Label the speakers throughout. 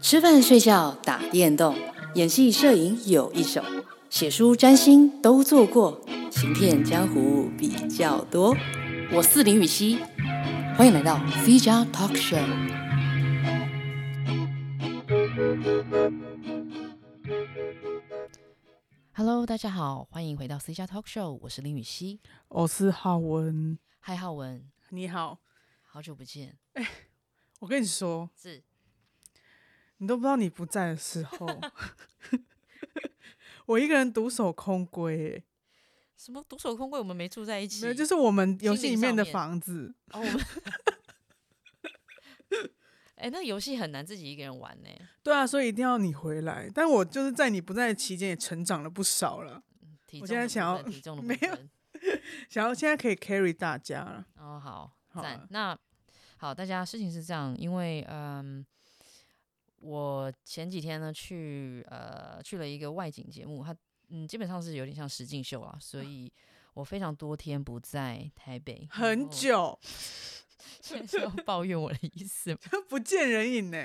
Speaker 1: 吃饭、睡觉、打电动、演戏、摄影有一手，写书、占星都做过，行骗江湖比较多。我是林雨熙，欢迎来到 V 加 Talk Show。Hello，大家好，欢迎回到 C 加 Talk Show，我是林雨熙。
Speaker 2: 我哦是浩文，
Speaker 1: 嗨，浩文，
Speaker 2: 你好。
Speaker 1: 好久不见，
Speaker 2: 我跟你说，
Speaker 1: 是
Speaker 2: 你都不知道你不在的时 候，我一个人独守空闺、欸，
Speaker 1: 什么独守空闺？我们没住在一起，
Speaker 2: 没有，就是我们游戏
Speaker 1: 心灵
Speaker 2: 里面的
Speaker 1: 上面
Speaker 2: 房子，
Speaker 1: 哦，我们 哎、那游戏很难自己一个人玩呢、
Speaker 2: 对啊，所以一定要你回来。但我就是在你不在的期间也成长了不少了，
Speaker 1: 体
Speaker 2: 我
Speaker 1: 重
Speaker 2: 现在
Speaker 1: 的
Speaker 2: 想
Speaker 1: 部
Speaker 2: 要
Speaker 1: 分体 重的部
Speaker 2: 没有
Speaker 1: 分
Speaker 2: 想要现在可以 carry 大家了。
Speaker 1: 哦，好，
Speaker 2: 好
Speaker 1: 赞
Speaker 2: 啊。
Speaker 1: 那好，大家事情是这样，因为嗯，我前几天呢去呃去了一个外景节目，它嗯基本上是有点像实境秀啊，所以我非常多天不在台北，然
Speaker 2: 很
Speaker 1: 后。
Speaker 2: 久
Speaker 1: 现在是要抱怨我的意思吗？
Speaker 2: 不见人影 呢、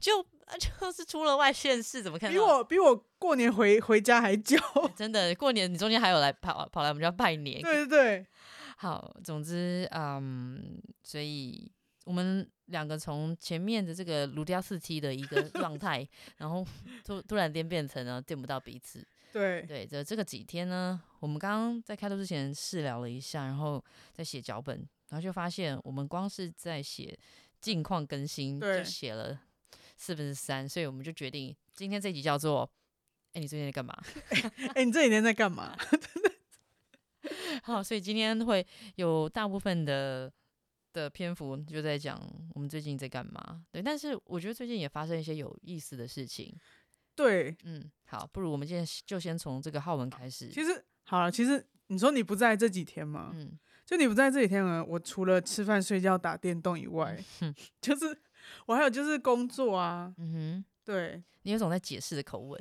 Speaker 1: 就就是出了外县市，怎 么看
Speaker 2: 比
Speaker 1: 到？
Speaker 2: 我比我过年回回家还 久。
Speaker 1: 真的，过年你中间还有来跑跑来我们家拜年。
Speaker 2: 对对对，
Speaker 1: 好，总之，嗯，所以我们两个从前面的这个如胶似漆的一 个状态，然后突突然间变成了见不到彼此。
Speaker 2: 对，
Speaker 1: 对，这这个几天呢，我们刚刚在开录之前试聊了一下，然后在写脚本，然后就发现我们光是在写近况更新就
Speaker 2: 对
Speaker 1: 写了四分之三，所以我们就决定今天这集叫做。哎、你最近在干嘛？
Speaker 2: 哎、你这几天在干 嘛？
Speaker 1: 好，所以今天会有大部分的的篇幅就在讲我们最近在干嘛。对，但是我觉得最近也发生一些有意思的事情。
Speaker 2: 对，
Speaker 1: 嗯，好，不如我们今天就先从这个浩文开始。
Speaker 2: 其实好了，其实你说你不在这几天吗？
Speaker 1: 嗯，
Speaker 2: 就你不在这几天呢，我除了吃饭、睡觉、打电动以外，就是我还有就是工作啊，
Speaker 1: 嗯
Speaker 2: 对，
Speaker 1: 哼，你有种在解释的口吻。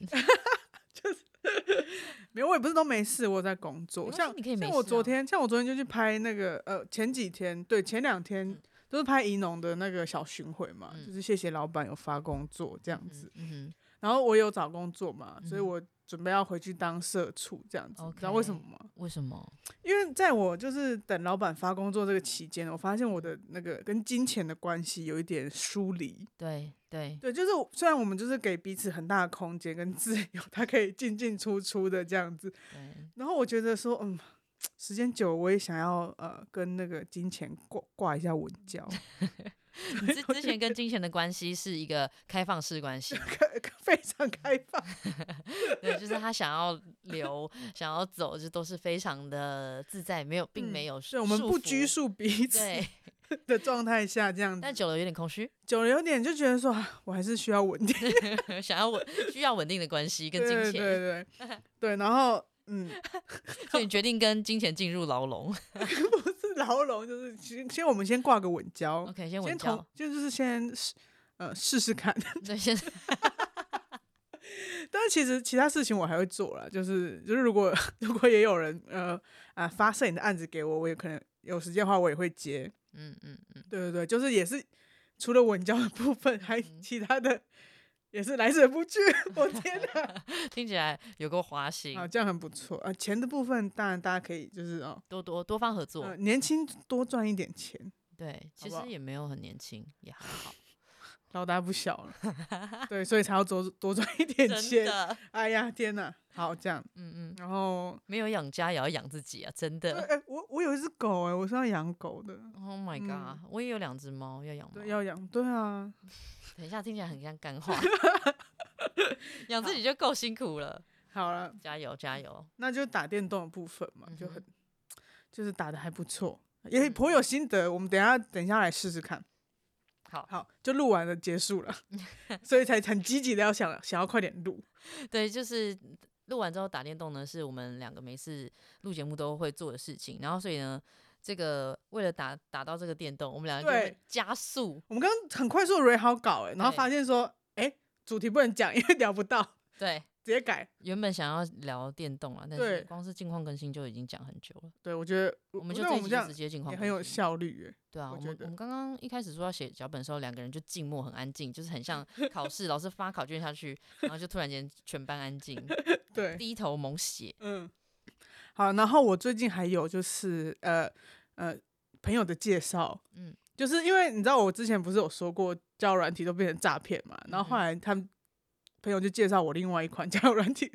Speaker 2: 没有，我也不是都没事，我有在工
Speaker 1: 没
Speaker 2: 作。
Speaker 1: 关系
Speaker 2: 像
Speaker 1: 你可以没
Speaker 2: 像我
Speaker 1: 事
Speaker 2: 昨
Speaker 1: 啊
Speaker 2: 天，像我昨天就去拍那个呃，前几天对，前两天
Speaker 1: 嗯
Speaker 2: 都是拍宜农的那个小巡回嘛，
Speaker 1: 嗯
Speaker 2: 就是谢谢老板有发工作这样子。
Speaker 1: 嗯
Speaker 2: 然后我有找工作嘛，所以
Speaker 1: 嗯哼
Speaker 2: 我准备要回去当社畜这样子。你知道为什么吗？
Speaker 1: 哼，为什么？
Speaker 2: 因为在我就是等老板发工作这个期间，我发现我的那个跟金钱的关系有一点疏离。
Speaker 1: 对对，
Speaker 2: 对，就是我虽然我们就是给彼此很大的空间跟自由，他可以进进出出的这样子。
Speaker 1: 对，
Speaker 2: 然后我觉得说，嗯，时间久了，我也想要呃跟那个金钱挂挂一下稳交，
Speaker 1: 你之之前跟金钱的关系是一个开放式关系，
Speaker 2: 非常开 放。
Speaker 1: 对，就是他想要留，想要走，就都是非常的自在，没有，并没
Speaker 2: 嗯
Speaker 1: 有
Speaker 2: 是
Speaker 1: 束缚，
Speaker 2: 我们不拘束彼此
Speaker 1: 对，
Speaker 2: 的状态下这样子
Speaker 1: 但，久了有点空虚，
Speaker 2: 久了有点就觉得说，啊我还是需要稳定
Speaker 1: 想要稳需要稳定的关系跟
Speaker 2: 对
Speaker 1: 金
Speaker 2: 对
Speaker 1: 钱，
Speaker 2: 对对 对，然后嗯。
Speaker 1: 所以你决定跟金钱进入牢笼。
Speaker 2: 是牢笼，就是先先我们先挂个稳交
Speaker 1: OK，先稳
Speaker 2: 先
Speaker 1: 交
Speaker 2: 同，就就是先试呃试试看。
Speaker 1: 对，先
Speaker 2: 但是其实其他事情我还会做啦，就是就是如果 如果也有人呃啊发摄影的案子给我，我也可能有时间的话我也会接。
Speaker 1: 嗯嗯嗯，
Speaker 2: 对对对，就是也是除了稳交的部分，还
Speaker 1: 嗯
Speaker 2: 其他的也是来者不拒。我天哪，
Speaker 1: 听起来有够花心，
Speaker 2: 啊这样很不错啊。钱的部分当然大家可以就是哦，
Speaker 1: 多多多方合作，
Speaker 2: 呃年轻多赚一点钱，
Speaker 1: 对，其
Speaker 2: 不好
Speaker 1: 实也没有很年轻，也还好，
Speaker 2: 老大不小了， 对，所以才要多多赚一点
Speaker 1: 真
Speaker 2: 钱。
Speaker 1: 的，
Speaker 2: 哎呀，天哪！好，这样，
Speaker 1: 嗯嗯，
Speaker 2: 然后，
Speaker 1: 没有养家也要养自己啊，真
Speaker 2: 哎、
Speaker 1: 的。
Speaker 2: 哎我我有一只狗、哎，我是要养狗的，
Speaker 1: Oh my
Speaker 2: 嗯
Speaker 1: god！、我也有两只猫要养猫
Speaker 2: 对，。要养，对啊，
Speaker 1: 等一下，听起来很像干 话。 养自己就够辛苦了，
Speaker 2: 好嗯了，
Speaker 1: 加油加油！
Speaker 2: 那就打电动的部分嘛，就
Speaker 1: 嗯哼
Speaker 2: 很，就是打的还不错，也
Speaker 1: 嗯
Speaker 2: 颇有心得。我们等一下等一下来试试看，
Speaker 1: 好，
Speaker 2: 好，就录完了，结束 了，所以才很积极的要想想要快点录，
Speaker 1: 对，就是录完之后打电动呢，是我们两个每次录节目都会做的事情。然后所以呢，这个为了打打到这个电动，我们两个就会
Speaker 2: 对
Speaker 1: 加速，
Speaker 2: 我们刚刚很快速的 re 好稿、哎，然后
Speaker 1: 对
Speaker 2: 发现说，哎、主题不能讲，因为聊不到，
Speaker 1: 对，
Speaker 2: 直接改。
Speaker 1: 原本想要聊电动啊，但
Speaker 2: 对
Speaker 1: 是光是近况更新就已经讲很久了，
Speaker 2: 对，我觉得
Speaker 1: 我们就
Speaker 2: 那
Speaker 1: 这一
Speaker 2: 我
Speaker 1: 集
Speaker 2: 们
Speaker 1: 就
Speaker 2: 样
Speaker 1: 直接近况
Speaker 2: 也
Speaker 1: 更
Speaker 2: 很有
Speaker 1: 新
Speaker 2: 效率欸耶。
Speaker 1: 对啊，
Speaker 2: 我
Speaker 1: 我
Speaker 2: 觉
Speaker 1: 们
Speaker 2: 得
Speaker 1: 我们刚刚一开始说要写脚本的时候，两个人就静默，很安静，就是很 像考试，老师发考卷下去，然后就突然间全班安静，
Speaker 2: 对，
Speaker 1: 低头猛写。
Speaker 2: 嗯，好，然后我最近还有就是呃呃朋友的介绍，嗯
Speaker 1: 嗯，
Speaker 2: 就是因为你知道我之前不是有说过交友软体都变成诈骗嘛，然后后
Speaker 1: 嗯嗯
Speaker 2: 来他们朋友就介绍我另外一款交 友软体，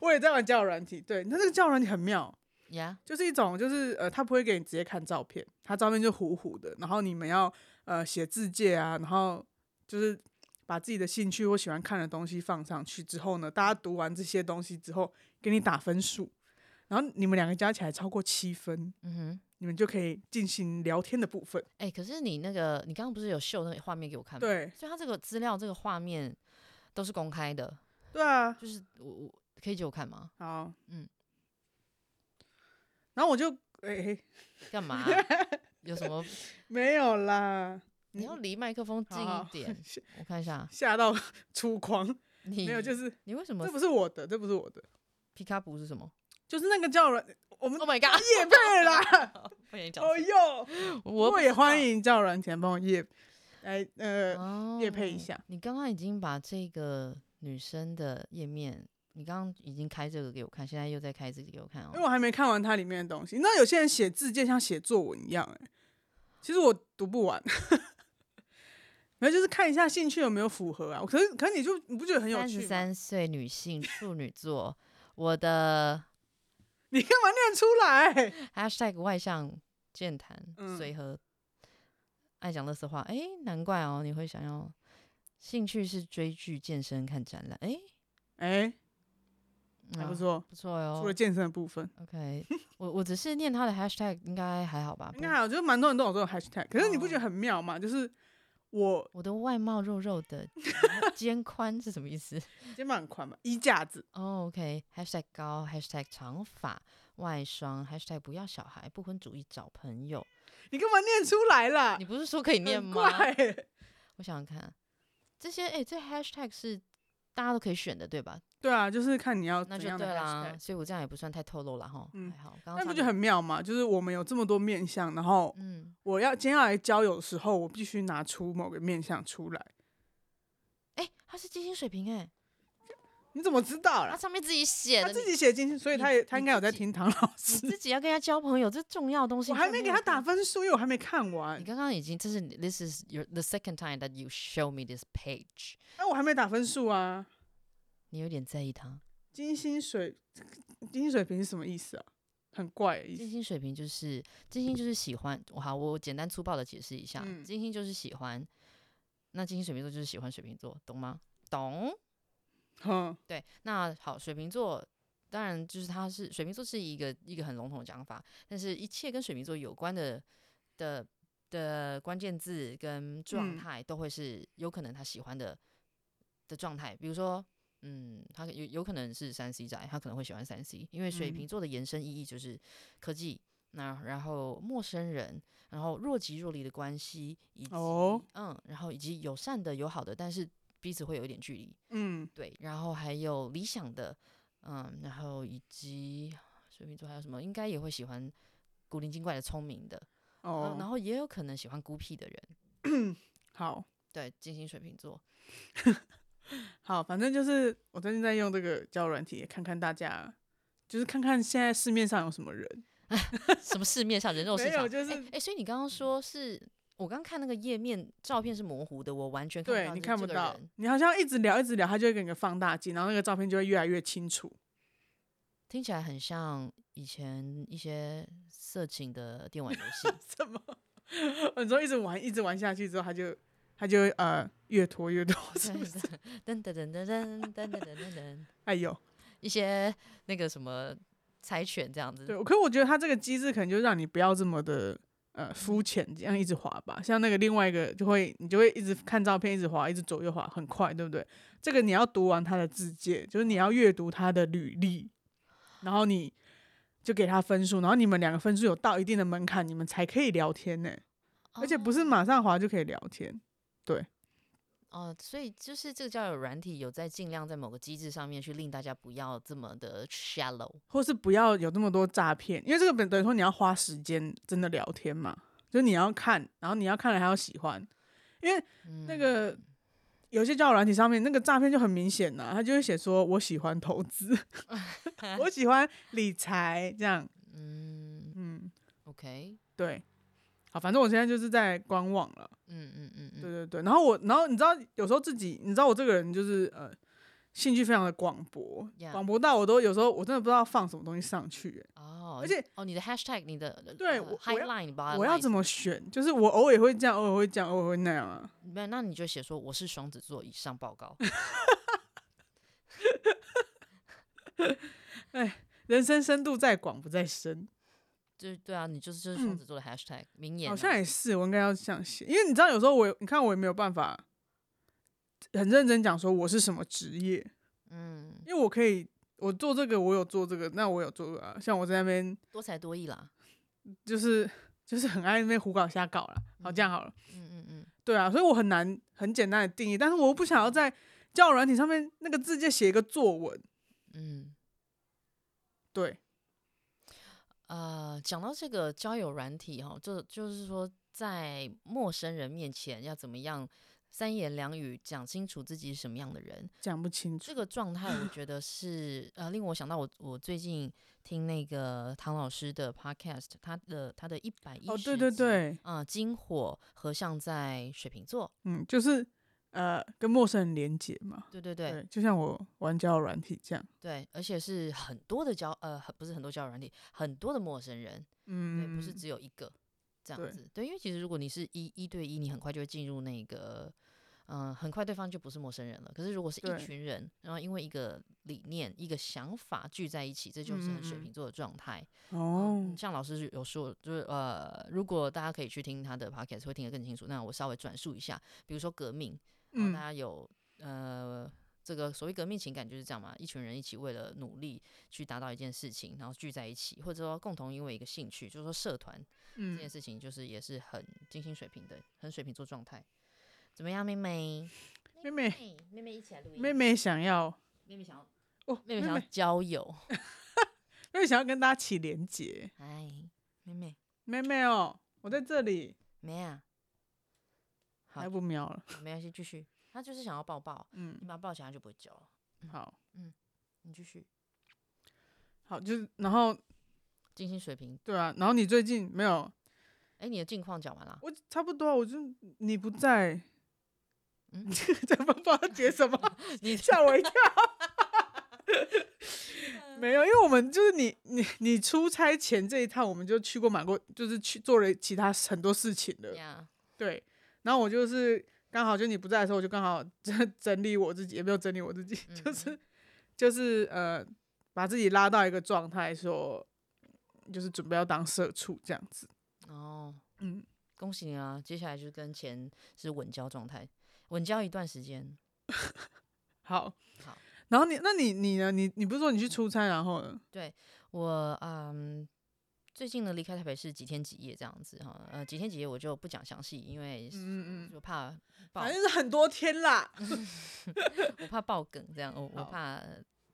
Speaker 2: 我也在玩交友软体，对，那这个交友软体很妙。
Speaker 1: 呀、
Speaker 2: 就是一种，就是呃，他不会给你直接看照片，他照片就糊糊的，然后你们要呃写字界啊，然后就是把自己的兴趣或喜欢看的东西放上去之后呢，大家读完这些东西之后，给你打分数，然后你们两个加起来超过七分，
Speaker 1: 嗯哼，
Speaker 2: 你们就可以进行聊天的部分。
Speaker 1: 哎、可是你那个，你刚刚不是有秀那个画面给我看吗？，
Speaker 2: 对，
Speaker 1: 所以他这个资料、这个画面都是公开的，
Speaker 2: 对啊，
Speaker 1: 就是我我可以借我看吗？
Speaker 2: 好，嗯
Speaker 1: 嗯，
Speaker 2: 然后我就哎、哎
Speaker 1: 干嘛？有什 么？
Speaker 2: 没有啦，
Speaker 1: 你要离麦克风近
Speaker 2: 好
Speaker 1: 一
Speaker 2: 好
Speaker 1: 点，我看一下。
Speaker 2: 吓到 粗狂，
Speaker 1: 你
Speaker 2: 没有，就是
Speaker 1: 你为什么
Speaker 2: 这不是我的，这不是我的。
Speaker 1: 皮卡布是什么
Speaker 2: 就是那个叫软，我们
Speaker 1: ？Oh my god！
Speaker 2: 夜配啦！
Speaker 1: 不小心讲错
Speaker 2: 哦，哟，
Speaker 1: 我
Speaker 2: 我
Speaker 1: 不
Speaker 2: 也
Speaker 1: 知道
Speaker 2: 欢迎叫软钱帮我夜来呃，
Speaker 1: 哦
Speaker 2: 业配一下。
Speaker 1: 你刚刚已经把这个女生的页面，你刚刚已经开这个给我看，现在又在开这个给我看
Speaker 2: 因为我
Speaker 1: 哦。
Speaker 2: 还没看完它里面的东西。你知道有些人写字就像写作文一样、欸，其实我读不完。 然后就是看一下兴趣有没有符合啊，可是可是你就你不觉得很有
Speaker 1: 三
Speaker 2: 趣
Speaker 1: 十
Speaker 2: 吗？
Speaker 1: 三岁女性处女座，我的
Speaker 2: 你干嘛念出来？哎
Speaker 1: hashtag 外向健谈
Speaker 2: 嗯
Speaker 1: 随和，爱讲乐色话。哎，难怪哦，你会想要兴趣是追剧、健身、看展览。哎，
Speaker 2: 哎、
Speaker 1: 嗯
Speaker 2: 还不
Speaker 1: 啊，
Speaker 2: 错，
Speaker 1: 不错哟
Speaker 2: 除了。健身的部分，
Speaker 1: OK，我我只是念他的 hashtag，应该还好吧？
Speaker 2: 应
Speaker 1: 不
Speaker 2: 该还有，就是蛮多人都有这种 hashtag。可是你不觉得
Speaker 1: 哦
Speaker 2: 很妙吗？就是我
Speaker 1: 我的外貌肉肉 的肩宽是什么意思？
Speaker 2: 肩膀很宽嘛，衣架子，
Speaker 1: 哦、o k h a s h t a g 高，#hashtag 长发外双，#hashtag 不要小孩，不婚主义找朋友。
Speaker 2: 你干嘛念出来啦？
Speaker 1: 你不是说可以
Speaker 2: 很
Speaker 1: 念吗？
Speaker 2: 怪欸
Speaker 1: 我想想看，这些哎、这 #hashtag 是大家都可以选的，对吧？
Speaker 2: 对啊，就是看你要
Speaker 1: 那
Speaker 2: 怎
Speaker 1: 就
Speaker 2: 样的
Speaker 1: 对
Speaker 2: hashtag
Speaker 1: 啦，。所以我这样也不算太透露了哈，
Speaker 2: 嗯
Speaker 1: 还好。刚
Speaker 2: 那
Speaker 1: 刚差
Speaker 2: 不就
Speaker 1: 点
Speaker 2: 很妙吗？就是我们有这么多面相，然后
Speaker 1: 嗯，
Speaker 2: 我要今天要来交友的时候，我必须拿出某个面相出来。
Speaker 1: 哎、他是金星水平哎、
Speaker 2: 你怎么知道
Speaker 1: 他
Speaker 2: 啦？
Speaker 1: 上面自己写
Speaker 2: 他
Speaker 1: 的，
Speaker 2: 自
Speaker 1: 你
Speaker 2: 己写进去，所以
Speaker 1: 你
Speaker 2: 他也他
Speaker 1: 你
Speaker 2: 应该有在
Speaker 1: 自己
Speaker 2: 听唐老
Speaker 1: 你
Speaker 2: 师。
Speaker 1: 自己要跟他交朋友，这重要的东西
Speaker 2: 我
Speaker 1: 你
Speaker 2: 还
Speaker 1: 都
Speaker 2: 没给
Speaker 1: 有
Speaker 2: 他
Speaker 1: 看
Speaker 2: 打分数，因为我还没看完
Speaker 1: 你。刚刚已经，这是 this is your the second time that you show me this page。
Speaker 2: 哎，我还没打分数啊！
Speaker 1: 你有点在意他。
Speaker 2: 金星水，金星水平是什么意思啊？很怪的意
Speaker 1: 金
Speaker 2: 思。
Speaker 1: 星水平就是金星就是喜欢，我好，我简单粗暴的解释一下，
Speaker 2: 嗯
Speaker 1: 金星就是喜欢。那金星水瓶座就是喜欢水瓶座，懂吗？懂。
Speaker 2: 哼，
Speaker 1: 对，那好，水瓶座当然就是它是水瓶座是一个一个很笼统的讲法，但是一切跟水瓶座有关的的的关键字跟状
Speaker 2: 嗯
Speaker 1: 态都会是有可能他喜欢的的状态，比如说。嗯，他有有可能是三 C 宅，他可能会喜欢三 C，因为水
Speaker 2: 嗯
Speaker 1: 瓶座的延伸意义就是科技，那然后陌生人，然后若即若离的关系，以及、
Speaker 2: 哦
Speaker 1: 嗯，然后以及友善的、友好的，但是彼此会有一点距离，
Speaker 2: 嗯，
Speaker 1: 对，然后还有理想的，嗯，然后以及水瓶座还有什么，应该也会喜欢古灵精怪的、聪明的，嗯然
Speaker 2: 哦，
Speaker 1: 后也有可能喜欢孤僻的人。
Speaker 2: 好
Speaker 1: 对，金星水瓶 座，
Speaker 2: 好，反正就是我最近在用这个交友软体，也看看大家，就是看看现在市面上有什么人。
Speaker 1: 什么市面上人肉市
Speaker 2: 没有
Speaker 1: 场？
Speaker 2: 就是
Speaker 1: 哎、所以你刚刚说是我刚看那个页面照片是模糊哎的，我完全看不
Speaker 2: 对
Speaker 1: 到
Speaker 2: 你
Speaker 1: 这
Speaker 2: 看
Speaker 1: 这
Speaker 2: 不
Speaker 1: 个
Speaker 2: 到
Speaker 1: 人，
Speaker 2: 你好像一直聊一直聊，它就会给你个放大镜，然后那个照片就会越来越清楚。
Speaker 1: 听起来很像以前一些色情的电玩游戏。
Speaker 2: 什么？你说一直玩一直玩下去之后，它就它就会呃越拖越多， 是不是？
Speaker 1: 噔噔噔噔噔噔噔噔噔噔，
Speaker 2: 哎呦，
Speaker 1: 一些那个什么柴犬这样子，
Speaker 2: 对，可是我觉得它这个机制可能就让你不要这么的。呃，肤浅这样一直滑吧，像那个另外一个就会，你就会一直看照片，一直滑，一直左右滑，很快，对不对？这个你要读完他的字界，就是你要阅读他的履历，然后你就给他分数，然后你们两个分数有到一定的门槛，你们才可以聊天呢、而且不是
Speaker 1: 哦
Speaker 2: 马上滑就可以聊天。
Speaker 1: 哦，所以就是这个交友软体有在尽量在某个机制上面去令大家不要这么的 shallow。
Speaker 2: 或是不要有那么多诈骗，因为这个本等于说你要花时间真的聊天嘛，就是你要看，然后你要看了还要喜欢，因为
Speaker 1: 嗯
Speaker 2: 那个、有些交友软体上面那个诈骗就很明显呐、他就会写说我喜欢投资，我喜欢理财这样，
Speaker 1: 嗯
Speaker 2: 嗯，
Speaker 1: ，OK，
Speaker 2: 对，好，反正我现在就是在观望了。
Speaker 1: 嗯嗯嗯嗯，
Speaker 2: 对对对，然后我，然后你知道，有时候自己，你知道我这个人就是呃，兴趣非常的广博
Speaker 1: Yeah
Speaker 2: 广博到我都有时候我真的不知道放什么东西上去、
Speaker 1: 哦，
Speaker 2: 而且
Speaker 1: 哦，你的 hashtag，你的呃
Speaker 2: 对我我要
Speaker 1: highline，你
Speaker 2: 欸
Speaker 1: 把
Speaker 2: 我要怎么选？就是我偶尔会这样，偶尔会这样，偶尔会那样啊。
Speaker 1: 没有，那你就写说我是双子座以上报 告。
Speaker 2: 人生深度再广不在深，
Speaker 1: 就对啊，你就是就是双子座的 hashtag 名言啊、
Speaker 2: 嗯好像也是，我应该要这样写，因为你知道有时候我也，你看我也没有办法很认真讲说我是什么职业，
Speaker 1: 嗯，
Speaker 2: 因为我可以我做这个，我有做这个，那我有做、啊，像我在那边
Speaker 1: 多才多艺啦。
Speaker 2: 就是就是很爱那边胡搞瞎搞啦。好，这样好了。
Speaker 1: 嗯嗯嗯，
Speaker 2: 对啊，所以我很难很简单的定义，但是我又不想要在交友软体上面那个字界写一个作文。
Speaker 1: 嗯，
Speaker 2: 对，
Speaker 1: 呃，讲到这个交友软体哈、就就是说在陌生人面前要怎么样三言两语讲清楚自己是什么样的人，
Speaker 2: 讲不清楚。
Speaker 1: 这个状态我觉得是呃令我想到我我最近听那个唐老师的 podcast，他的他的一百一
Speaker 2: 哦，对对对，
Speaker 1: 啊、金火合相在水瓶座，
Speaker 2: 嗯，就是呃，跟陌生人连接嘛。
Speaker 1: 对对对，
Speaker 2: 就像我玩交友软体这样。
Speaker 1: 对，而且是很多的交呃，很不是很多交友软体，很多的陌生人，对，
Speaker 2: 嗯，
Speaker 1: 不是只有一个这样
Speaker 2: 对
Speaker 1: 子。对，因为其实如果你是一一对一，你很快就会进入那个，嗯、很快对方就不是陌生人了。可是如果是
Speaker 2: 对
Speaker 1: 一群人，然后因为一个理念、一个想法聚在一起，这就是很水
Speaker 2: 嗯嗯
Speaker 1: 瓶座的状态。
Speaker 2: 哦
Speaker 1: 嗯，像老师有说，就是呃，如果大家可以去听他的 podcast，会听得更清楚。那我稍微转述一下，比如说革命，然后大
Speaker 2: 嗯
Speaker 1: 家有呃这个所谓革命情感就是这样嘛，一群人一起为了努力去达到一件事情，然后聚在一起，或者说共同因为一个兴趣，就是说社团这件
Speaker 2: 嗯，
Speaker 1: 事情，就是也是很金星水平的，很水瓶座状态。怎么样，妹 妹？
Speaker 2: 妹妹
Speaker 1: 妹妹妹一起来录音。
Speaker 2: 妹妹想要
Speaker 1: 妹妹想要
Speaker 2: 哦，
Speaker 1: 妹妹
Speaker 2: 妹
Speaker 1: 想要
Speaker 2: 妹
Speaker 1: 交友，
Speaker 2: 妹妹想要跟大家起连接。
Speaker 1: 哎，妹妹
Speaker 2: 妹妹哦，我在这里，
Speaker 1: 妹啊，好
Speaker 2: 还不瞄了。
Speaker 1: 没关系，继续。她就是想要抱抱，
Speaker 2: 嗯
Speaker 1: 你，把她抱起来她就不会叫了。
Speaker 2: 好
Speaker 1: 你继续。
Speaker 2: 好，就是然后
Speaker 1: 金星水平，
Speaker 2: 对啊，然后你最近没有
Speaker 1: 哎，你的近况讲完了。
Speaker 2: 我差不多啊，我就你不在，
Speaker 1: 嗯
Speaker 2: 嗯，在帮帮他解什么？
Speaker 1: 你
Speaker 2: 吓我一跳。
Speaker 1: 嗯
Speaker 2: 没有，因为我们就是你你你出差前这一趟，我们就去过蛮过，就是去做了其他很多事情的。
Speaker 1: 呀，
Speaker 2: 对，然后我就是刚好就你不在的时候，我就刚好 整整理我自己，也没有整理我自己，
Speaker 1: 嗯
Speaker 2: 就是就是呃，把自己拉到一个状态，说就是准备要当社畜这样子。
Speaker 1: 哦，
Speaker 2: 嗯，
Speaker 1: 恭喜你啊！接下来就是跟钱是稳交状态，稳交一段时间。
Speaker 2: 好，
Speaker 1: 好，
Speaker 2: 然后你，那你你呢？你你不是说你去出差，然后呢？
Speaker 1: 我嗯，最近呢离开台北市几天几夜这样子哈，呃，几天几夜我就不讲详细，因为
Speaker 2: 嗯嗯嗯
Speaker 1: 就怕爆，
Speaker 2: 反正是很多天啦。
Speaker 1: 嗯我怕爆梗这样，我我
Speaker 2: 好
Speaker 1: 怕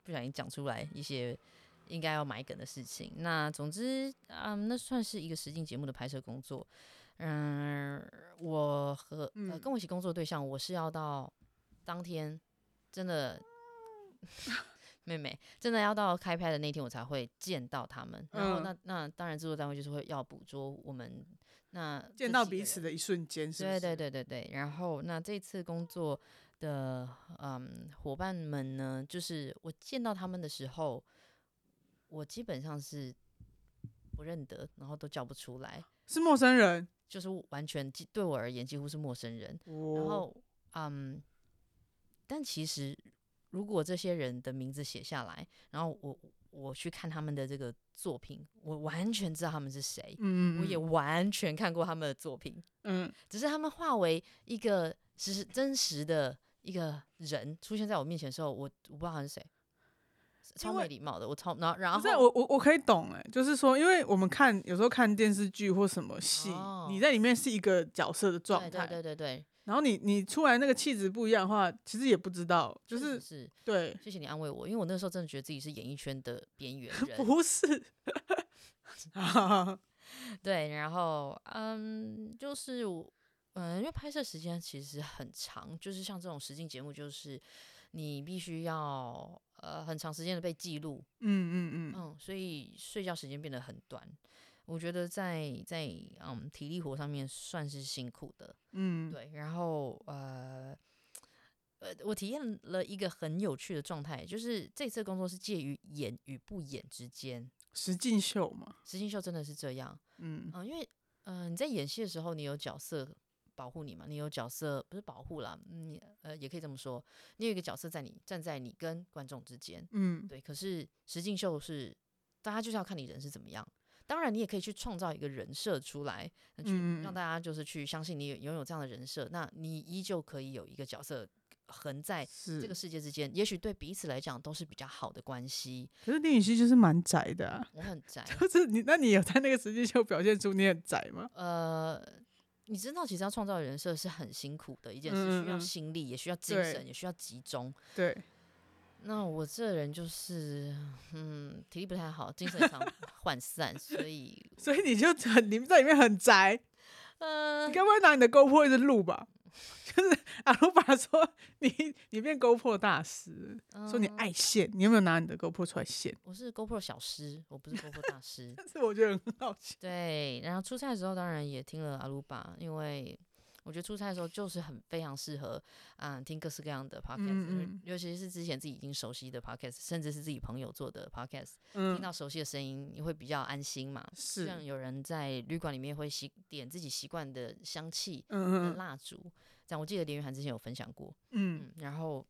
Speaker 1: 不小心讲出来一些。应该要买梗的事情。那总之，嗯，那算是一个实境节目的拍摄工作。嗯，我和、呃、
Speaker 2: 嗯
Speaker 1: 跟我一起工作的对象，我是要到当天真 的妹妹真的要到开拍的那天，我才会见到他们。然后
Speaker 2: 嗯
Speaker 1: 那那当然，制作单位就是会要捕捉我们那
Speaker 2: 见
Speaker 1: 这
Speaker 2: 到
Speaker 1: 几个
Speaker 2: 彼
Speaker 1: 人
Speaker 2: 此的一瞬间，是不
Speaker 1: 对
Speaker 2: 是？
Speaker 1: 对对对对。然后那这次工作的嗯伙伴们呢，就是我见到他们的时候，我基本上是不认得，然后都叫不出来，
Speaker 2: 是陌生人。
Speaker 1: 就是完全几对我而言几乎是陌生人。
Speaker 2: 然
Speaker 1: 然后嗯，但其实如果这些人的名字写下来，然后我我去看他们的这个作品，我完全知道他们是谁。
Speaker 2: 嗯，嗯
Speaker 1: 我也
Speaker 2: 嗯
Speaker 1: 完全看过他们的作品，
Speaker 2: 嗯，
Speaker 1: 只是他们化为一个实实真实的一个人出现在我面前的时候，我我不知道他是谁，超
Speaker 2: 因为
Speaker 1: 没礼貌的，我超然后然后
Speaker 2: 不是我我我可以懂哎、就是说，因为我们看有时候看电视剧或什么戏，
Speaker 1: 哦
Speaker 2: 你在里面是一个角色的状
Speaker 1: 对
Speaker 2: 态，
Speaker 1: 对对对对，
Speaker 2: 然后你你出来那个气质不一样的话，其实也不知道，就
Speaker 1: 确
Speaker 2: 是
Speaker 1: 实是
Speaker 2: 对，
Speaker 1: 谢谢你安慰我，因为我那时候真的觉得自己是演艺圈的边 缘人。
Speaker 2: 不是，啊
Speaker 1: 对，然后嗯，就是我嗯，因为拍摄时间其实很长，就是像这种实境节目，就是你必须要呃很长时间的被记录，
Speaker 2: 嗯嗯嗯，
Speaker 1: 嗯，所以睡觉时间变得很短。我觉得在在嗯体力活上面算是辛苦的，
Speaker 2: 嗯，
Speaker 1: 对，然后呃呃，我体验了一个很有趣的状态，就是这次工作是介于演与不演之间。
Speaker 2: 实境秀嘛，
Speaker 1: 实境秀真的是这样，
Speaker 2: 嗯
Speaker 1: 嗯、因为嗯、呃你在演戏的时候，你有角色保护你嘛，你有角色不是保护啦，你呃也可以这么说，你有一个角色在你站在你跟观众之间，
Speaker 2: 嗯，
Speaker 1: 对。可是实境秀是大家就是要看你人是怎么样，当然你也可以去创造一个人设出来，那去
Speaker 2: 嗯嗯
Speaker 1: 让
Speaker 2: 嗯
Speaker 1: 大家就是去相信你有拥有这样的人设，那你依旧可以有一个角色横在
Speaker 2: 是，
Speaker 1: 这个世界之间，也许对彼此来讲都是比较好的关系。
Speaker 2: 可是林雨熙就是蛮宅的、啊，
Speaker 1: 我很宅，
Speaker 2: 就是你，那你有在那个实境秀表现出你很宅吗？
Speaker 1: 呃，你知道，其实要创造人设是很辛苦的一件事，需
Speaker 2: 嗯嗯
Speaker 1: 要
Speaker 2: 嗯
Speaker 1: 心力，也需要精
Speaker 2: 对
Speaker 1: 神，也需要集中。
Speaker 2: 对，
Speaker 1: 那我这人就是，嗯，体力不太好，精神也常 涣散，所以，
Speaker 2: 所以你就很你在里面很宅，
Speaker 1: 呃
Speaker 2: 你，该不会拿你的 GoPro 一直录吧？ 就是阿鲁巴说你你变 GoPro 大师，说你
Speaker 1: 嗯，
Speaker 2: 爱线，你有没有拿你的 GoPro 出来线？
Speaker 1: 我是 GoPro 小师，我不是 GoPro 大师。
Speaker 2: 但是我觉得很好奇，
Speaker 1: 对，然后出差的时候当然也听了阿鲁巴，因为我觉得出差的时候就是很非常适合啊、听各式各样的 podcast，、
Speaker 2: 嗯
Speaker 1: 尤其是之前自己已经熟悉的 podcast，甚至是自己朋友做的 podcast，、听
Speaker 2: 嗯，
Speaker 1: 到熟悉的声音，你会比较安心嘛。
Speaker 2: 是，
Speaker 1: 像
Speaker 2: 嗯
Speaker 1: 有人在旅馆里面会习点自己习惯的香气的
Speaker 2: 嗯
Speaker 1: 蜡烛，这样我记得连云涵之前有分享过，
Speaker 2: 嗯，
Speaker 1: 嗯，然后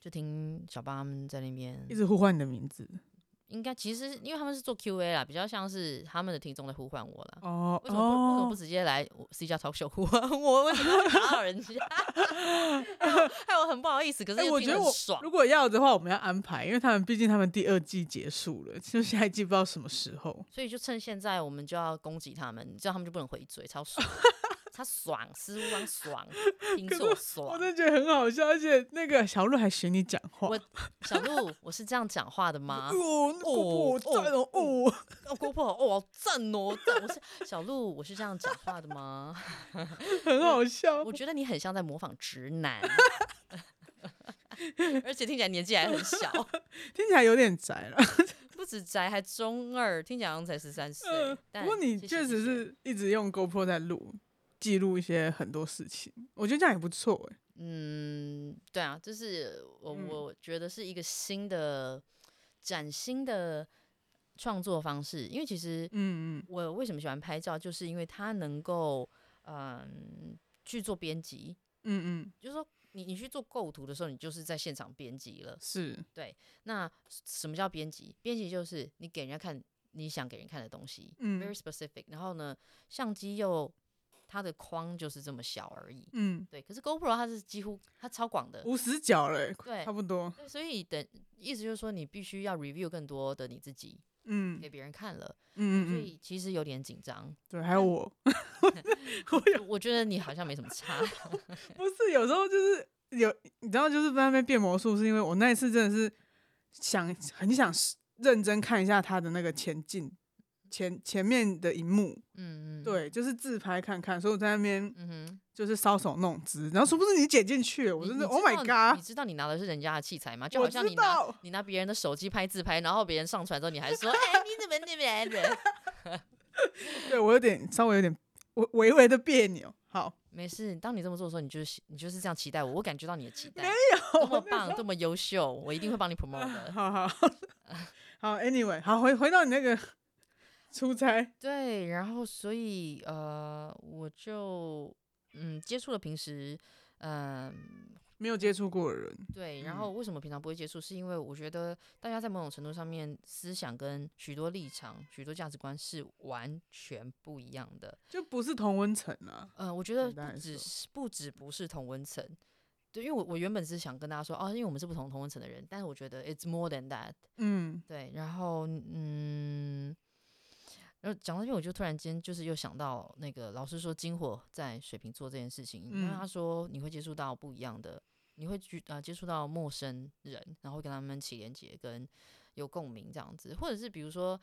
Speaker 1: 就听小巴他们在那边
Speaker 2: 一直呼唤你的名字，
Speaker 1: 嗯应该其实因为他们是做 Q&A 啦，比较像是他们的听众在呼唤我啦。
Speaker 2: 哦
Speaker 1: 为什么不、为什么不
Speaker 2: 哦，
Speaker 1: 直接来我 C 加 talk show 呼唤我？为什么要打扰人家？ 害我害我很不好意思，可是
Speaker 2: 哎，
Speaker 1: 又
Speaker 2: 我
Speaker 1: 听
Speaker 2: 觉得
Speaker 1: 很
Speaker 2: 我
Speaker 1: 爽。
Speaker 2: 如果要的话，我们要安排，因为他们毕竟他们第二季结束了，就下一季不知道什么时候。
Speaker 1: 所以就趁现在，我们就要攻击他们，这样他们就不能回嘴，超 爽，超爽，师傅刚爽，听
Speaker 2: 可是
Speaker 1: 错
Speaker 2: 我
Speaker 1: 爽。
Speaker 2: 真的觉得很好笑，而且那个小鹿还学你讲话。
Speaker 1: 我小鹿，我是这样讲话的 吗？
Speaker 2: 哦，那
Speaker 1: 哦
Speaker 2: 个不赞哦，哦，
Speaker 1: 哦，郭破，哦，好赞哦，赞！我是小鹿，我是这样讲话的吗？
Speaker 2: 很好 笑
Speaker 1: 我。觉得你很像在模仿直男， 而且听起来年纪还很小，
Speaker 2: 听起来有点宅了，
Speaker 1: 不止宅还中二，听起来好像才十三岁。但
Speaker 2: 嗯不过你
Speaker 1: 谢谢
Speaker 2: 确
Speaker 1: 谢谢
Speaker 2: 实，是一直用 GoPro 在录，记录一些很多事情，我觉得这样也不错哎、
Speaker 1: 嗯，对啊，就是我、
Speaker 2: 嗯
Speaker 1: 我觉得是一个新的、崭新的创作方式，因为其实
Speaker 2: 嗯
Speaker 1: 我为什么喜欢拍照，就是因为它能够嗯去做编辑，
Speaker 2: 嗯嗯嗯，
Speaker 1: 就是说你你去做构图的时候，你就是在现场编辑了。
Speaker 2: 是，
Speaker 1: 那什么叫编辑？编辑就是你给人家看你想给人看的东西、
Speaker 2: 嗯
Speaker 1: v e r y specific。然后呢，相机又它的框就是这么小而已，
Speaker 2: 嗯，
Speaker 1: 对。可是 GoPro 它是几乎它超广的，
Speaker 2: 无死角了、欸，
Speaker 1: 对
Speaker 2: 差不多，
Speaker 1: 对所以等意思就是说你必须要 review 更多的你自己
Speaker 2: 嗯
Speaker 1: 给别人看了，所
Speaker 2: 嗯嗯嗯，
Speaker 1: 以其实有点紧张。
Speaker 2: 对，还 有我，我有
Speaker 1: 我我觉得你好像没什么 差，
Speaker 2: 不是有时候就是有，你知道就是在那边变魔术，是因为我那一次真的是想很想是认真看一下他的那个前进前前面的一幕，
Speaker 1: 嗯嗯，，
Speaker 2: 对，就是自拍看看，所以我在那边
Speaker 1: 嗯哼。
Speaker 2: 就是搔首弄姿，然后殊不知你剪进去了，我
Speaker 1: 你
Speaker 2: 真
Speaker 1: 你
Speaker 2: 的
Speaker 1: 知
Speaker 2: Oh my
Speaker 1: 道
Speaker 2: god！
Speaker 1: 你知道你拿的是人家的器材吗？就
Speaker 2: 我
Speaker 1: 好像
Speaker 2: 知
Speaker 1: 你拿
Speaker 2: 道
Speaker 1: 你拿别人的手机拍自拍，然后别人上传之后，你还 说：“哎，你怎么那边来的？”
Speaker 2: 对我有点稍微有点微微微的别扭。好，
Speaker 1: 没事，当你这么做的时候，你就是你就是这样期待我，我感觉到你的期待，没有这 么棒，这么优秀，我一定会帮你 promote 的。
Speaker 2: 好好好，Anyway，好回回到你那个 出差，
Speaker 1: 对，然后所以呃，我就嗯接触了平时嗯、
Speaker 2: 没有接触过的人，
Speaker 1: 对，然
Speaker 2: 嗯
Speaker 1: 后为什么平常不会接触，是因为我觉得大家在某种程度上面思想跟许多立场、许多价值观是完全不一样的。
Speaker 2: 就不是同温层啊。
Speaker 1: 呃，我觉得
Speaker 2: 简单
Speaker 1: 不
Speaker 2: 来
Speaker 1: 只
Speaker 2: 说
Speaker 1: 是不止不是同温层，对，因为我我原本是想跟大家说，哦，因为我们是不同同温层的人，但是我觉得 it's more than that。
Speaker 2: 嗯，
Speaker 1: 对，然后嗯，然后讲到这边，我就突然间就是又想到那个老师说金火在水瓶座这件事情，因为他
Speaker 2: 嗯
Speaker 1: 说你会接触到不一样的，你会去呃接触到陌生人，然后会跟他们起连接，跟有共鸣这样子，或者是比如说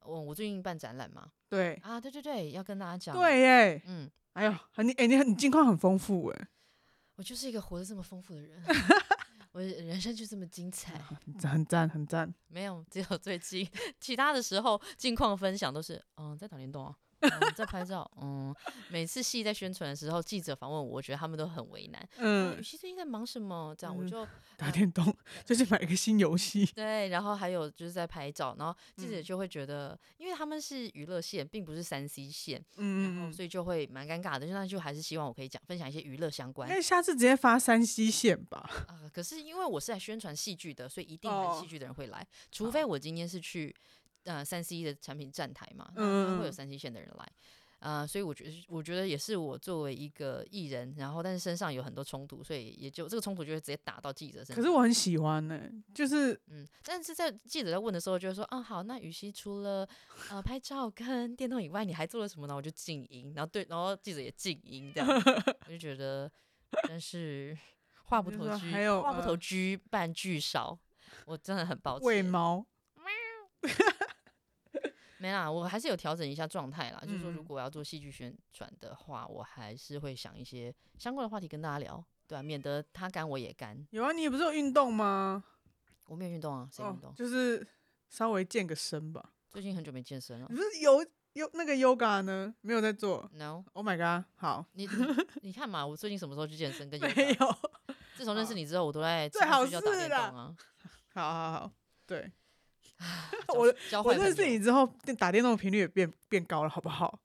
Speaker 1: 我我最近办展览嘛，
Speaker 2: 对
Speaker 1: 啊，对对对，要跟大家讲，，
Speaker 2: 对耶，
Speaker 1: 嗯，
Speaker 2: 哎呦，很你哎、你很你近况很丰富哎、
Speaker 1: 我就是一个活得这么丰富的 人，我的人生就这么精彩。
Speaker 2: 很赞很赞，
Speaker 1: 没有，只有最近， 其他的时候近况分享都是嗯在打电动啊，嗯在拍照，嗯每次戏在宣传的时候，记者访问我，我觉得他们都很为难。 嗯，雨
Speaker 2: 嗯，
Speaker 1: 熙最近在忙什么？这样我
Speaker 2: 嗯
Speaker 1: 就
Speaker 2: 打电动，最近买一个新游戏，
Speaker 1: 对，然后还有就是在拍照，然后记者
Speaker 2: 嗯
Speaker 1: 就会觉得，因为他们是娱乐线，并不是三 C 线，然后
Speaker 2: 嗯嗯嗯，
Speaker 1: 所以就会蛮尴尬的。就那就还是希望我可以讲分享一些娱乐相 关
Speaker 2: 那哎下次直接发山西线 吧，
Speaker 1: 啊、可是因为我是来宣传戏剧的，所以一定还是
Speaker 2: 哦
Speaker 1: 戏剧的人会来，除非我今天是去呃三 C 的产品站台嘛，那那会
Speaker 2: 嗯嗯
Speaker 1: 有
Speaker 2: 嗯
Speaker 1: 三 C 线的人来。呃，所以我觉得，我觉得也是我作为一个艺人，然后但是身上有很多冲突，所以也就这个冲突就会直接打到记者身上。
Speaker 2: 可是我很喜欢呢、就是
Speaker 1: 嗯，但是在记者在问的时候，就会说，啊，好，那雨熙除了呃拍照跟电动以外，你还做了什么呢？我就静音，然后对，然后记者也静音，这样，我就觉得真是话不
Speaker 2: 就
Speaker 1: 投
Speaker 2: 说
Speaker 1: 机，
Speaker 2: 还有
Speaker 1: 话不投
Speaker 2: 呃
Speaker 1: 机半句少，我真的很抱歉。
Speaker 2: 喂猫，
Speaker 1: 没啦，我还是有调整一下状态啦，就是说如
Speaker 2: 嗯
Speaker 1: 果我要做戏剧宣传的话，我还是会想一些相关的话题跟大家聊，对啊，免得他干我也干，
Speaker 2: 有啊，你不是有运动吗？
Speaker 1: 我没有运动啊，谁运动？
Speaker 2: 哦，就是稍微健个身吧。
Speaker 1: 最近很久没健身了
Speaker 2: 你不是有有那个 yoga 呢？没有在做
Speaker 1: ，no。
Speaker 2: ？Oh my god！好，
Speaker 1: 你你 你看嘛，我最近什么时候去健身跟
Speaker 2: 没
Speaker 1: 有
Speaker 2: 有，
Speaker 1: 氧？
Speaker 2: 好
Speaker 1: 自从认识
Speaker 2: 啊
Speaker 1: 你之后，我都在
Speaker 2: 最
Speaker 1: 吃饭
Speaker 2: 好
Speaker 1: 睡觉打电
Speaker 2: 是
Speaker 1: 动
Speaker 2: 啦
Speaker 1: 啊。
Speaker 2: 好好，对
Speaker 1: 交
Speaker 2: 我
Speaker 1: 交
Speaker 2: 我
Speaker 1: 坏
Speaker 2: 认
Speaker 1: 朋
Speaker 2: 识
Speaker 1: 友，
Speaker 2: 你之后，电打电动的频率也变变高了，好不好？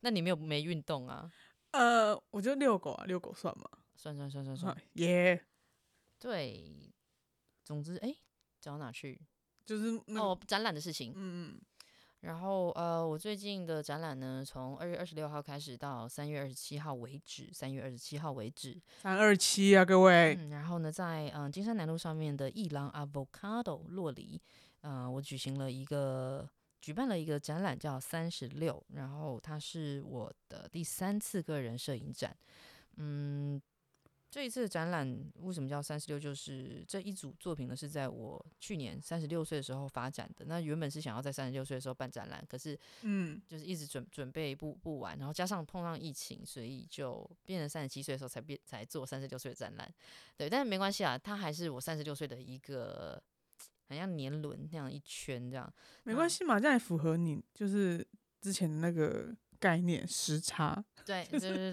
Speaker 1: 那你没有没运动啊？
Speaker 2: 呃，我就遛狗啊，遛狗算吗？
Speaker 1: 算算算算
Speaker 2: 嗯
Speaker 1: 算，
Speaker 2: 耶、
Speaker 1: 对。总之，哎、讲到哪去？
Speaker 2: 就是那个，
Speaker 1: 哦，展览的事情。
Speaker 2: 嗯
Speaker 1: 然后呃，我最近的展览呢，从二月二十六号开始到三月二十七号为止，三月二十七号为止。
Speaker 2: 三二七啊，各位，
Speaker 1: 嗯，然后呢，在嗯、呃金山南路上面的一郎 Avocado 洛梨，呃，我举行了一个举办了一个展览叫三十六，然后它是我的第三次个人摄影展。嗯，这一次的展览为什么叫三十六？就是这一组作品呢是在我去年三十六岁的时候发展的。那原本是想要在三十六岁的时候办展览，可是
Speaker 2: 嗯，
Speaker 1: 就是一直准准备不不完，然后加上碰上疫情，所以就变成三十七岁的时候才变才做三十六岁的展览，对，但是没关系啊，它还是我三十六岁的一个，很像年轮那样一圈这样，
Speaker 2: 没
Speaker 1: 嗯
Speaker 2: 关系嘛，这样也符合你就是之前的那个概念时差，
Speaker 1: 对对对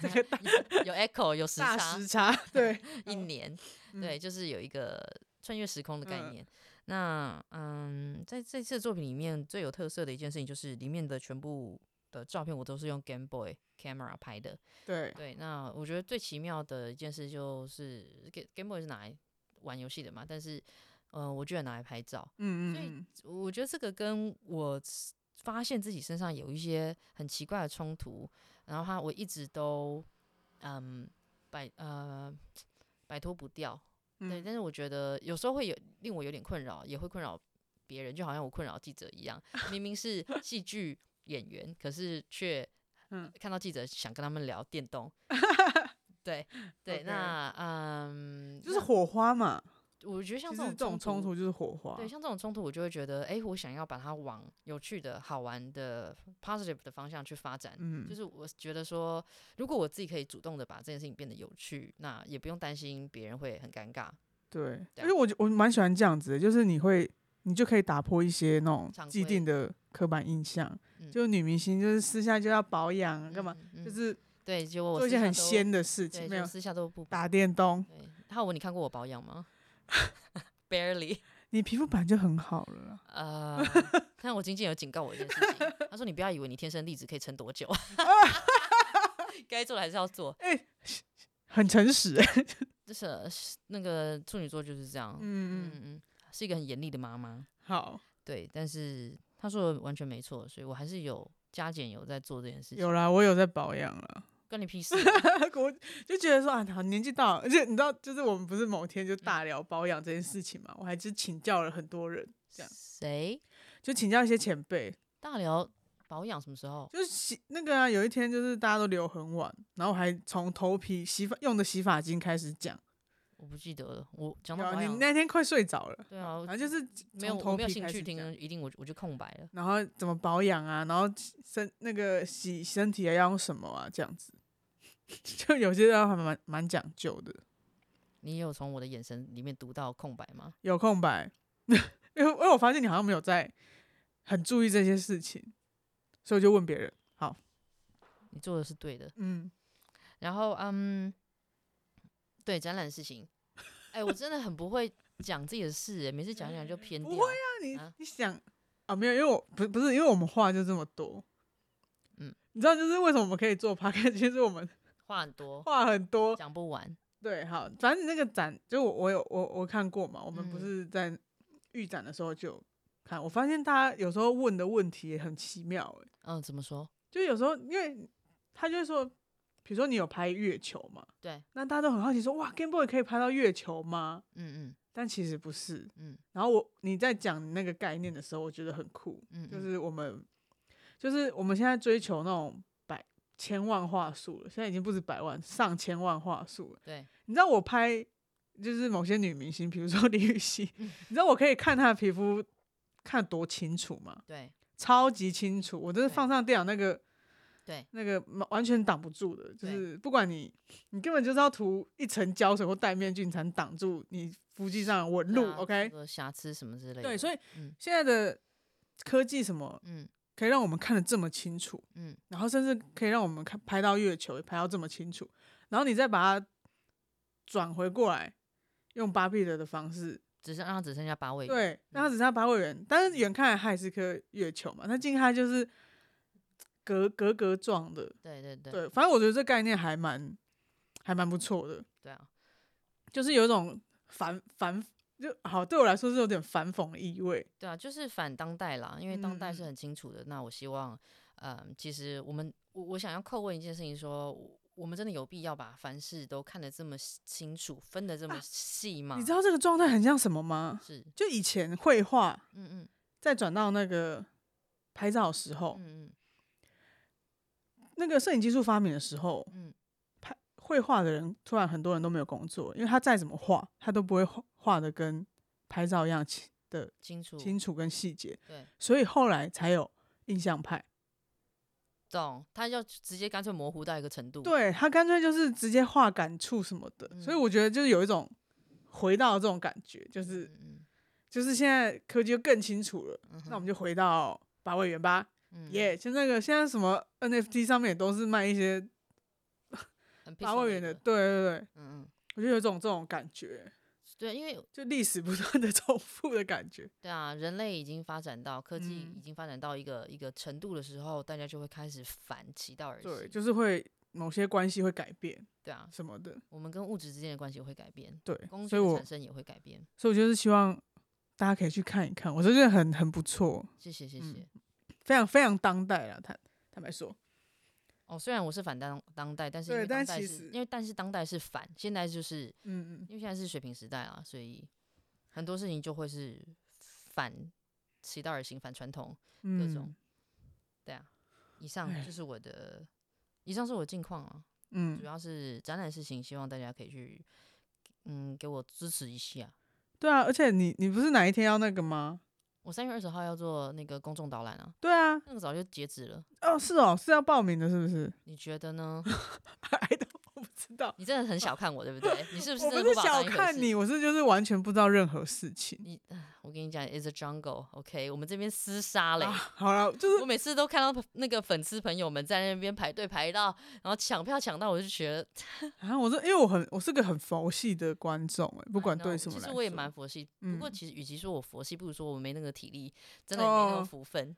Speaker 1: 对有，有 echo 有时
Speaker 2: 大
Speaker 1: 差
Speaker 2: 时差， 对，
Speaker 1: 一年，
Speaker 2: 嗯
Speaker 1: 对，就是有一个穿越时空的概
Speaker 2: 嗯
Speaker 1: 念。那嗯，在这次的作品里面最有特色的一件事情就是里面的全部的照片我都是用 Game Boy camera 拍的，
Speaker 2: 对，
Speaker 1: 对，那我觉得最奇妙的一件事就是 Game Game Boy 是拿来玩游戏的嘛，但是呃，我居然拿来拍照，
Speaker 2: 嗯嗯
Speaker 1: 所以
Speaker 2: 嗯，
Speaker 1: 我觉得这个跟我是发现自己身上有一些很奇怪的冲突，然后他我一直都嗯摆呃摆脱不掉，对，
Speaker 2: 嗯
Speaker 1: 但是我觉得有时候会有令我有点困扰，也会困扰别人，就好像我困扰记者 一样，明明是戏剧演员，可是却
Speaker 2: 嗯
Speaker 1: 看到记者想跟他们聊电 动。对对
Speaker 2: OK
Speaker 1: 那嗯，
Speaker 2: 就是
Speaker 1: 那
Speaker 2: 火花嘛，
Speaker 1: 我觉得像
Speaker 2: 其
Speaker 1: 这
Speaker 2: 实
Speaker 1: 种
Speaker 2: 这种冲突就是火花，
Speaker 1: 对，像这种冲突，我就会觉得，哎、我想要把它往有趣的、好玩的、positive 的方向去发展。
Speaker 2: 嗯
Speaker 1: 就是我觉得说，如果我自己可以主动的把这件事情变得有趣，那也不用担心别人会很尴尬。
Speaker 2: 对，
Speaker 1: 对
Speaker 2: 因为我觉我蛮喜欢这样子的，就是你会，你就可以打破一些那种
Speaker 1: 常
Speaker 2: 既
Speaker 1: 规
Speaker 2: 定的刻板印象，
Speaker 1: 嗯
Speaker 2: 就女明星就是私下就要保养啊干嘛，
Speaker 1: 嗯？嗯
Speaker 2: 就是
Speaker 1: 对，结果我
Speaker 2: 做一
Speaker 1: 私
Speaker 2: 些
Speaker 1: 下
Speaker 2: 很
Speaker 1: 都，
Speaker 2: 仙的事
Speaker 1: 对，
Speaker 2: 情，
Speaker 1: 就
Speaker 2: 没有
Speaker 1: 私下都不
Speaker 2: 打电动，
Speaker 1: 对。浩文，你看过我保养 吗？Barely。
Speaker 2: 你皮肤本来就很好了啦，
Speaker 1: 呃，但我经纪人有警告我一件事情，他说你不要以为你天生丽质可以撑多 久，该做的还是要做。
Speaker 2: 很诚实、欸，
Speaker 1: 就是呃是那个处女座就是这样，嗯
Speaker 2: 嗯嗯，
Speaker 1: 嗯，是一个很严厉的妈妈，
Speaker 2: 好，
Speaker 1: 对，但是她说的完全没错，所以我还是有加减有在做这件事情。
Speaker 2: 有啦，我有在保养了，
Speaker 1: 跟你屁事啊。
Speaker 2: 我就觉得说啊，好年纪到了，而且你知道，就是我们不是某天就大聊保养这件事情嘛，我还就请教了很多人，这样
Speaker 1: 谁
Speaker 2: 就请教一些前辈，
Speaker 1: 大聊保养什么时候？
Speaker 2: 就是洗那个啊，有一天就是大家都留很晚，然后我还从头皮洗发用的洗发精开始讲，
Speaker 1: 我不记得了。我讲
Speaker 2: 然
Speaker 1: 到
Speaker 2: 后
Speaker 1: 保
Speaker 2: 啊你
Speaker 1: 养，
Speaker 2: 那天快睡着了，
Speaker 1: 对啊，我
Speaker 2: 反正就是
Speaker 1: 没有
Speaker 2: 从头
Speaker 1: 我没有
Speaker 2: 皮
Speaker 1: 兴
Speaker 2: 开
Speaker 1: 趣
Speaker 2: 始
Speaker 1: 听啊
Speaker 2: 讲，
Speaker 1: 一定我就我就空白了。
Speaker 2: 然后怎么保养啊，然后身那个洗身体要用什么啊，这样子， 就有些人还蛮蛮讲究的，
Speaker 1: 你有从我的眼神里面读到空白吗？
Speaker 2: 有空白， 因为因为我发现你好像没有在很注意这些事情，所以我就问别人，好，
Speaker 1: 你做的是对的。
Speaker 2: 嗯，
Speaker 1: 然后嗯，对展览的事 情，哎、我真的很不会讲自己的事、哎每次讲一讲就偏
Speaker 2: 不
Speaker 1: 掉。
Speaker 2: 会那你、
Speaker 1: 啊
Speaker 2: 你想啊，没有，因为我不不是因为我们话就这么多，
Speaker 1: 嗯，
Speaker 2: 你知道就是为什么我们可以做 p o d c a s 其实我们
Speaker 1: 话很多，
Speaker 2: 话很多，
Speaker 1: 讲不完。
Speaker 2: 对，好，反正你那个展，就我我有我我看过嘛，我们不
Speaker 1: 嗯
Speaker 2: 是在预展的时候就有看，我发现大家有时候问的问题也很奇妙、欸，
Speaker 1: 嗯，怎么说？
Speaker 2: 就有时候因为他就会说，比如说你有拍月球嘛，
Speaker 1: 对，
Speaker 2: 那大家都很好奇说，哇，Game Boy 可以拍到月球吗？
Speaker 1: 嗯嗯
Speaker 2: 但其实不是，
Speaker 1: 嗯
Speaker 2: 然后我你在讲那个概念的时候，我觉得很酷，
Speaker 1: 嗯，
Speaker 2: 就
Speaker 1: 嗯
Speaker 2: 是我们，就是我们现在追求那种百千万画素了，现在已经不止百万，上千万画素了。
Speaker 1: 对，
Speaker 2: 你知道我拍就是某些女明星，比如说 李雨熙，
Speaker 1: 嗯
Speaker 2: 你知道我可以看她的皮肤看多清楚吗？
Speaker 1: 对
Speaker 2: 超级清楚，我就是
Speaker 1: 对
Speaker 2: 放上电脑那个
Speaker 1: 对
Speaker 2: 那个完全挡不住的，就
Speaker 1: 对
Speaker 2: 是不管你你根本就是要涂一层胶水或戴面具，你才能挡住你肤际上的纹
Speaker 1: 对
Speaker 2: 路。
Speaker 1: 啊
Speaker 2: OK，
Speaker 1: 这个瑕疵什么之类的。
Speaker 2: 对，所以
Speaker 1: 嗯
Speaker 2: 现在的科技什么
Speaker 1: 嗯
Speaker 2: 可以让我们看得这么清楚，
Speaker 1: 嗯
Speaker 2: 然后甚至可以让我们看拍到月球，也拍到这么清楚，然后你再把它转回过来，用巴比德的方式，
Speaker 1: 只剩让它只剩下八位。
Speaker 2: 对，那它只差八位圆，但是远看来它还是颗月球嘛，那近看它就是格格格状的，
Speaker 1: 对对对
Speaker 2: 对，反正我觉得这概念还蛮还蛮不错的，
Speaker 1: 对啊！
Speaker 2: 就是有一种反反就好，对我来说是有点反讽的意味，
Speaker 1: 对啊，就是反当代啦，因为当代是
Speaker 2: 嗯
Speaker 1: 很清楚的。那我希望，嗯，其实我们我我想要叩问一件事情说，我我们真的有必要把凡事都看得这么细清楚，分得这么
Speaker 2: 啊
Speaker 1: 细吗？
Speaker 2: 你知道这个状态很像什么吗？
Speaker 1: 是，
Speaker 2: 就以前绘画。
Speaker 1: 嗯嗯
Speaker 2: 再转到那个拍照的时候，
Speaker 1: 嗯
Speaker 2: 那个摄影技术发明的时候
Speaker 1: 嗯，嗯，
Speaker 2: 拍绘画的人突然很多人都没有工作，因为他再怎么画，他都不会画画的跟拍照一样清的
Speaker 1: 清楚，
Speaker 2: 清楚跟细节，
Speaker 1: 对，
Speaker 2: 所以后来才有印象派。
Speaker 1: 懂。他要直接干脆模糊到一个程度。，
Speaker 2: 对他干脆就是直接画感触什么的，所以
Speaker 1: 嗯
Speaker 2: 我觉得就是有一种回到这种感觉，就是
Speaker 1: 嗯嗯
Speaker 2: 就是现在科技就更清楚了，
Speaker 1: 嗯哼，
Speaker 2: 那我们就回到八位元吧。
Speaker 1: 嗯
Speaker 2: 耶、就那个现在什么 NFT 上面也都是卖一些
Speaker 1: 很
Speaker 2: 八位
Speaker 1: pixelated
Speaker 2: 元的，
Speaker 1: 的，
Speaker 2: 对对对，
Speaker 1: 嗯嗯，
Speaker 2: 我就有一种这种感觉，
Speaker 1: 对，因为
Speaker 2: 就历史不断的 重复的感觉。
Speaker 1: 对啊，人类已经发展到科技已
Speaker 2: 嗯
Speaker 1: 经发展到一个一个程度的时候，大家就会开始反其道而行。
Speaker 2: 对，就是会某些关系会改变
Speaker 1: 对啊，
Speaker 2: 什么的。
Speaker 1: 我们跟物质之间的关系会改变，
Speaker 2: 对
Speaker 1: 工，具
Speaker 2: 所以
Speaker 1: 的
Speaker 2: 我
Speaker 1: 产生也会改变。
Speaker 2: 所以我就是希望大家可以去看一看，我真的觉得很很不错，
Speaker 1: 谢谢谢谢。
Speaker 2: 嗯非常非常当代了。坦坦白说，
Speaker 1: 哦，虽然我是反当当代，但是因
Speaker 2: 对
Speaker 1: 为
Speaker 2: 但
Speaker 1: 当代
Speaker 2: 其
Speaker 1: 是
Speaker 2: 实
Speaker 1: 因为但是当代是反，现在就是
Speaker 2: 嗯嗯，
Speaker 1: 因为现在是水平时代啊，所以很多事情就会是反其道而行，反传统。
Speaker 2: 嗯
Speaker 1: 各种，对啊，以上
Speaker 2: 哎
Speaker 1: 就是我的，以上是我的近况啊。
Speaker 2: 嗯
Speaker 1: 主，要是展览的事情，希望大家可以去，嗯，给我支持一下。
Speaker 2: 对啊，而且你你不是哪一天要那个吗？
Speaker 1: 我三月二十号要做那个公众导览啊，
Speaker 2: 对啊，
Speaker 1: 那个早就截止了，
Speaker 2: 哦是哦，是要报名的，是不是？
Speaker 1: 你觉得呢？
Speaker 2: 哎， 我不知道，
Speaker 1: 你真的很小看我，对不对？你是不是
Speaker 2: 我
Speaker 1: 真的
Speaker 2: 不是
Speaker 1: 把我
Speaker 2: 小
Speaker 1: 当一回
Speaker 2: 看
Speaker 1: 事？
Speaker 2: 你，我是就是完全不知道任何事情。
Speaker 1: 我跟你讲，is a jungle，OK，、我们这边厮杀嘞。
Speaker 2: 啊好了，就是
Speaker 1: 我每次都看到那个粉丝朋友们在那边排队排到，然后抢票抢到，我就觉得
Speaker 2: 啊，我是因为我很我是个很佛系的观众哎、不管
Speaker 1: I know，
Speaker 2: 对什么
Speaker 1: 其
Speaker 2: 来
Speaker 1: 实
Speaker 2: 说，
Speaker 1: 我也蛮佛系。不过
Speaker 2: 嗯
Speaker 1: 其实与其说我佛系，不如说我没那个体力，真的也没那个
Speaker 2: 哦
Speaker 1: 福分。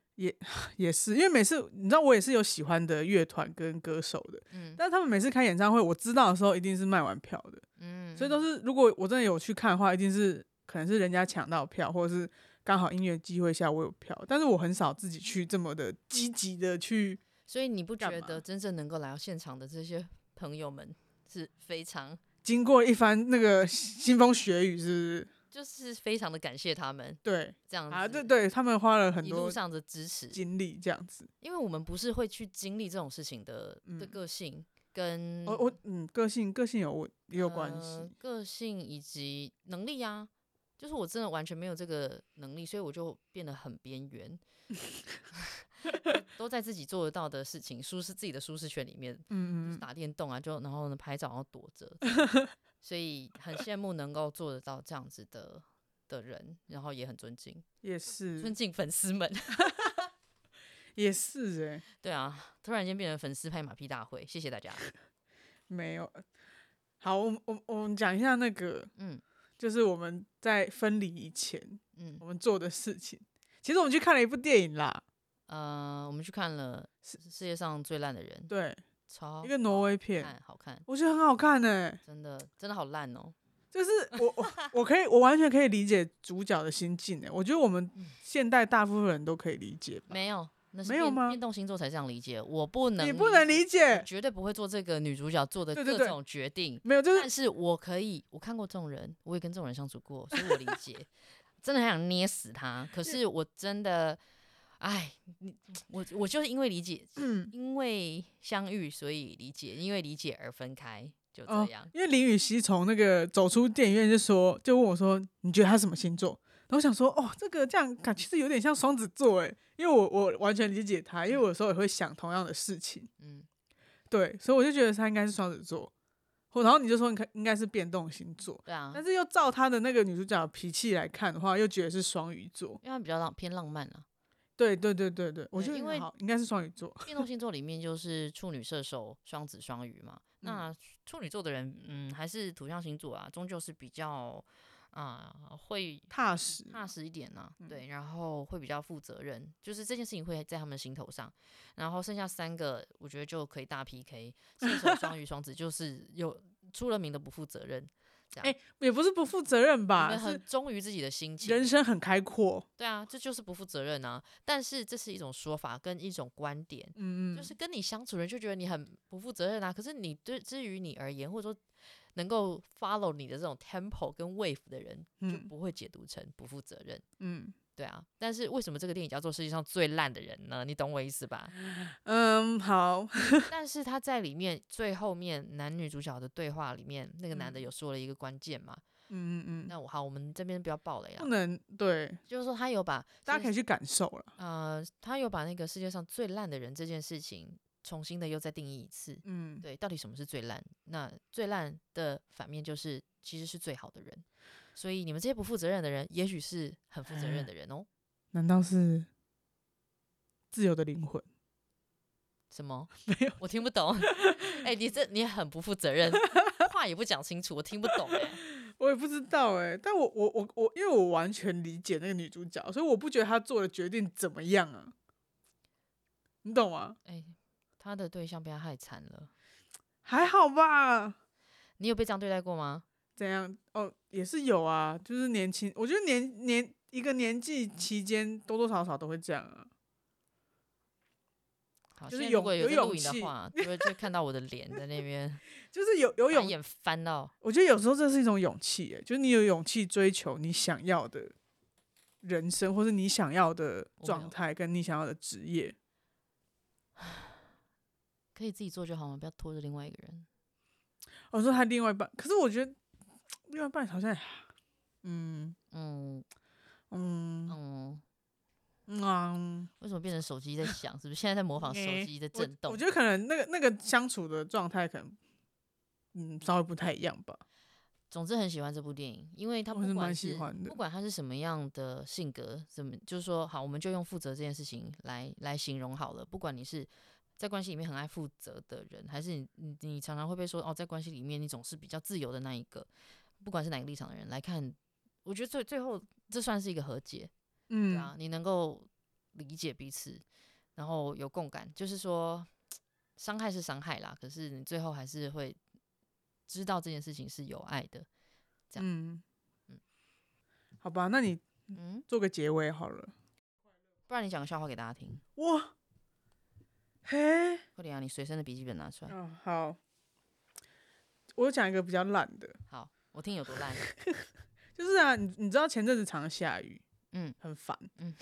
Speaker 2: 也是，因为每次你知道我也是有喜欢的乐团跟歌手的，
Speaker 1: 嗯
Speaker 2: 但是他们每次开演唱会，我知道的时候一定是卖完票的，
Speaker 1: 嗯，
Speaker 2: 所以都是如果我真的有去看的话，一定是可能是人家抢到票，或者是刚好音乐机会下我有票，但是我很少自己去这么的积极的去
Speaker 1: 所以你不
Speaker 2: 干
Speaker 1: 觉
Speaker 2: 嘛
Speaker 1: 得真正能够来到现场的这些朋友们是非常，
Speaker 2: 经过一番那个腥风血雨，是不是？
Speaker 1: 就是非常的感谢他们
Speaker 2: 对
Speaker 1: 这样子
Speaker 2: 啊，对对，他们花了很
Speaker 1: 嗯一
Speaker 2: 多
Speaker 1: 路上的支持，
Speaker 2: 精力这样子。
Speaker 1: 因为我们不是会去经历这种事情的的
Speaker 2: 嗯
Speaker 1: 个性跟
Speaker 2: 我我嗯，个性个性有我也有关系
Speaker 1: 呃，个性以及能力啊。就是我真的完全没有这个能力，所以我就变得很边 缘， 都在自己做得到的事情，舒适自己的舒适圈里面，就
Speaker 2: 嗯
Speaker 1: 是
Speaker 2: 嗯嗯，
Speaker 1: 打电动啊，就然后呢拍照，然后躲着， 所以很羡慕能够做得到这样子的的人，然后也很尊敬
Speaker 2: 也是
Speaker 1: 尊敬粉丝们。
Speaker 2: 也是哎、
Speaker 1: 对啊， 突然间变成粉丝拍马屁大会，谢谢大 家。
Speaker 2: 没有。好，我们我们我们讲一下那个，
Speaker 1: 嗯
Speaker 2: 就是我们在分离以前
Speaker 1: 嗯
Speaker 2: 我们做的事情。其实我们去看了一部电影啦，
Speaker 1: 呃，我们去看了世
Speaker 2: 是
Speaker 1: 世界上最烂的人，
Speaker 2: 对，
Speaker 1: 超
Speaker 2: 一个挪威片，
Speaker 1: 哦看好看，
Speaker 2: 我觉得很好看 哎、
Speaker 1: 真的真的好烂哦。
Speaker 2: 就是 我我我可以我完全可以理解主角的心境哎、我觉得我们现代大部分人都可以理解吧，
Speaker 1: 嗯没有，那是
Speaker 2: 没有
Speaker 1: 变
Speaker 2: 吗
Speaker 1: 变动星座才这样理解，我不能，
Speaker 2: 你不能理
Speaker 1: 我
Speaker 2: 解，
Speaker 1: 绝对不会做这个女主角做的
Speaker 2: 对
Speaker 1: 各
Speaker 2: 对对
Speaker 1: 种决定。
Speaker 2: 没有就是
Speaker 1: 但是我可以，我看过这种人，我也跟这种人相处过，所以 我理解。真的很想捏死他，可是我真的，哎，你我我就是因为理解，
Speaker 2: 嗯
Speaker 1: 因为相遇，所以理解，因为理解而分开，就这
Speaker 2: 哦
Speaker 1: 样。
Speaker 2: 因为林雨熙从那个走出电影院就说，就问我说：“你觉得他什么星座？”然后我想说：“哦，这个这样感其实有点像双子座诶，因为我我完全理解他，因为我有时候也会想同样的事情，
Speaker 1: 嗯，
Speaker 2: 对，所以我就觉得他应该是双子座。或然后你就说你看应该是变动星座，
Speaker 1: 对啊，
Speaker 2: 但是又照他的那个女主角的脾气来看的话，又觉得是双鱼座。
Speaker 1: 因为他比较浪偏浪 漫啊。
Speaker 2: 对对对对对，我
Speaker 1: 对
Speaker 2: 觉得
Speaker 1: 因为
Speaker 2: 好应该是双鱼座。
Speaker 1: 变动星座里面就是处女、射手、双子、双鱼 嘛。
Speaker 2: 嗯
Speaker 1: 那处女座的人，嗯，还是土象星座啊，终究是比较啊、会
Speaker 2: 踏实，
Speaker 1: 踏实一点呐、
Speaker 2: 嗯
Speaker 1: 对，然后会比较负责任，就是这件事情会在他们心头上。然后剩下三个，我觉得就可以大 PK，射手、双鱼、双子，就是有出了名的不负责任，
Speaker 2: 哎、也不是不负责任
Speaker 1: 你
Speaker 2: 吧，
Speaker 1: 们
Speaker 2: 是
Speaker 1: 很忠于自己的心情。
Speaker 2: 人生很开阔。
Speaker 1: 对啊，这就是不负责任啊。但是这是一种说法跟一种观点，
Speaker 2: 嗯嗯，
Speaker 1: 就是跟你相处的人就觉得你很不负责任啊。可是你对至于你而言，或者说能够 follow 你的这种 tempo 跟 wave 的人，就
Speaker 2: 嗯
Speaker 1: 不会解读成不负责任。
Speaker 2: 嗯。
Speaker 1: 对啊，但是为什么这个电影叫做世界上最烂的人呢？你懂我意思 吧？
Speaker 2: 嗯，好，
Speaker 1: 但是他在里面最后面男女主角的对话里面，那个男的
Speaker 2: 嗯
Speaker 1: 有说了一个关键嘛？
Speaker 2: 嗯嗯嗯，
Speaker 1: 那我好，我们这边不要爆雷
Speaker 2: 不
Speaker 1: 啊，
Speaker 2: 能对，
Speaker 1: 就是说他有把
Speaker 2: 大
Speaker 1: 世
Speaker 2: 家
Speaker 1: 界
Speaker 2: 可以去感受了。
Speaker 1: 呃，他有把那个世界上最烂的人这件事情重新的又再定义一次。
Speaker 2: 嗯，
Speaker 1: 对，到底什么是最烂？那最烂的反面就是其实是最好的人，所以你们这些不负责任的人，也许是很负责任的人哦。
Speaker 2: 难道是自由的灵魂？
Speaker 1: 什 么？
Speaker 2: 没有，
Speaker 1: 我听不懂。 哎、你这你很不负责任，话也不讲清楚，我听不懂、哎，
Speaker 2: 我也不知道哎、但我我我我，因为我完全理解那个女主角，所以我不觉得她做的决定怎么样啊。你懂吗？
Speaker 1: 哎、他的对象被他害惨了，
Speaker 2: 还好吧？
Speaker 1: 你有被这样对待过吗？
Speaker 2: 怎样？哦，也是有啊，就是年轻，我觉得年年一个年纪期间，多多少少都会这样啊。
Speaker 1: 好，
Speaker 2: 就
Speaker 1: 现
Speaker 2: 是
Speaker 1: 在如
Speaker 2: 勇
Speaker 1: 果
Speaker 2: 有
Speaker 1: 这
Speaker 2: 勇
Speaker 1: 录影
Speaker 2: 气
Speaker 1: 的 话，就会就会看到我的脸在那 边，
Speaker 2: 就是有有
Speaker 1: 把
Speaker 2: 勇
Speaker 1: 眼翻到。
Speaker 2: 我觉得有时候这是一种勇气，哎，就是你有勇气追求你想要的人生，或是你想要的
Speaker 1: 我没有
Speaker 2: 状态，跟你想要的职业。
Speaker 1: 可以自己做就好嘛，不要拖着另外一个人。
Speaker 2: 我哦说他另外一半，可是我觉得另外一半好像也，嗯
Speaker 1: 嗯
Speaker 2: 嗯
Speaker 1: 嗯，
Speaker 2: 嗯啊，
Speaker 1: 为什么变成手机在响？是不是现在在模仿手
Speaker 2: 欸
Speaker 1: 机的
Speaker 2: 我
Speaker 1: 震动
Speaker 2: 我？觉得可能那个那个相处的状态，可能嗯稍微不太一样吧。
Speaker 1: 总之很喜欢这部电影，因为它
Speaker 2: 我
Speaker 1: 不
Speaker 2: 是
Speaker 1: 管
Speaker 2: 蛮喜欢的
Speaker 1: 不管他是什么样的性格，怎么就是说好，我们就用负责这件事情来来形容好了。不管你是在关系里面很爱负责的人，还是你你你常常会被说哦，在关系里面你总是比较自由的那一个，不管是哪个立场的人来看，我觉得最最后这算是一个和解，对
Speaker 2: 嗯，
Speaker 1: 啊，你能够理解彼此，然后有共感，就是说伤害是伤害啦，可是你最后还是会知道这件事情是有爱的，这样
Speaker 2: 嗯
Speaker 1: 嗯
Speaker 2: 好吧，那你
Speaker 1: 嗯。
Speaker 2: 做个结尾好了。
Speaker 1: 不然你讲个笑话给大家听。
Speaker 2: 哇，嘿，
Speaker 1: 快点啊，你随身的笔记本拿出来。
Speaker 2: 嗯，好，我讲一个比较懒的，
Speaker 1: 好，我听有多烂。
Speaker 2: 就是啊，你你知道前阵子常下雨，
Speaker 1: 嗯，
Speaker 2: 很烦，
Speaker 1: 嗯，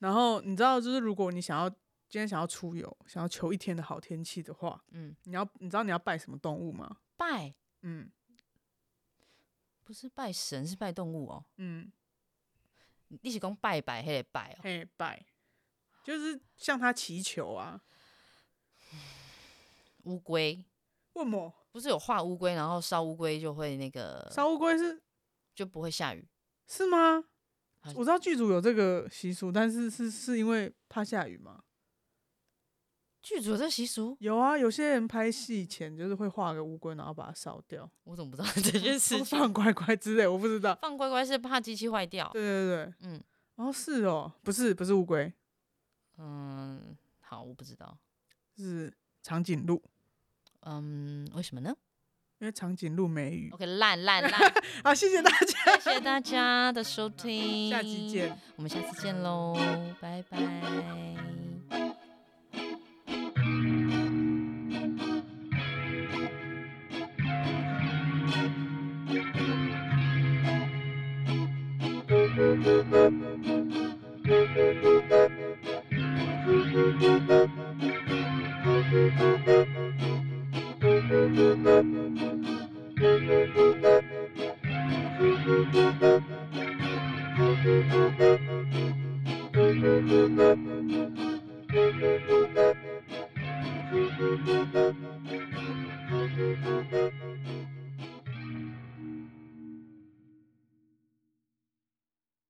Speaker 2: 然后你知道，就是如果你想要今天想要出游，想要求一天的好天气的话，
Speaker 1: 嗯，
Speaker 2: 你要你知道你要拜什么动物吗？
Speaker 1: 拜
Speaker 2: 嗯
Speaker 1: 不是拜神，是拜动物哦。
Speaker 2: 嗯，
Speaker 1: 你是讲拜拜还得拜哦？
Speaker 2: 嘿，拜，就是向他祈求啊。
Speaker 1: 乌龟
Speaker 2: 问我
Speaker 1: 不是有画乌龟，然后烧乌龟就会那个
Speaker 2: 烧乌龟是
Speaker 1: 就不会下雨。
Speaker 2: 是吗
Speaker 1: 好？
Speaker 2: 我知道剧组有这个习俗，但是是是因为怕下雨吗？
Speaker 1: 剧组有这习俗，
Speaker 2: 有啊，有些人拍戏前就是会画个乌龟，然后把它烧掉，
Speaker 1: 我怎么不 知道这件事情？
Speaker 2: 放乖乖之类，我不知道。
Speaker 1: 放乖乖是怕机器坏掉。
Speaker 2: 对对对，
Speaker 1: 嗯
Speaker 2: 哦是哦，不是不是乌龟，
Speaker 1: 嗯，好，我不知道。
Speaker 2: 是长颈鹿，
Speaker 1: 嗯，为什么呢
Speaker 2: 因为长颈鹿没雨。
Speaker 1: ？OK，烂烂烂，
Speaker 2: 好，谢谢大家，
Speaker 1: 谢谢大家的收听，
Speaker 2: 下期见。
Speaker 1: 我们下次见喽，拜拜。
Speaker 3: Thank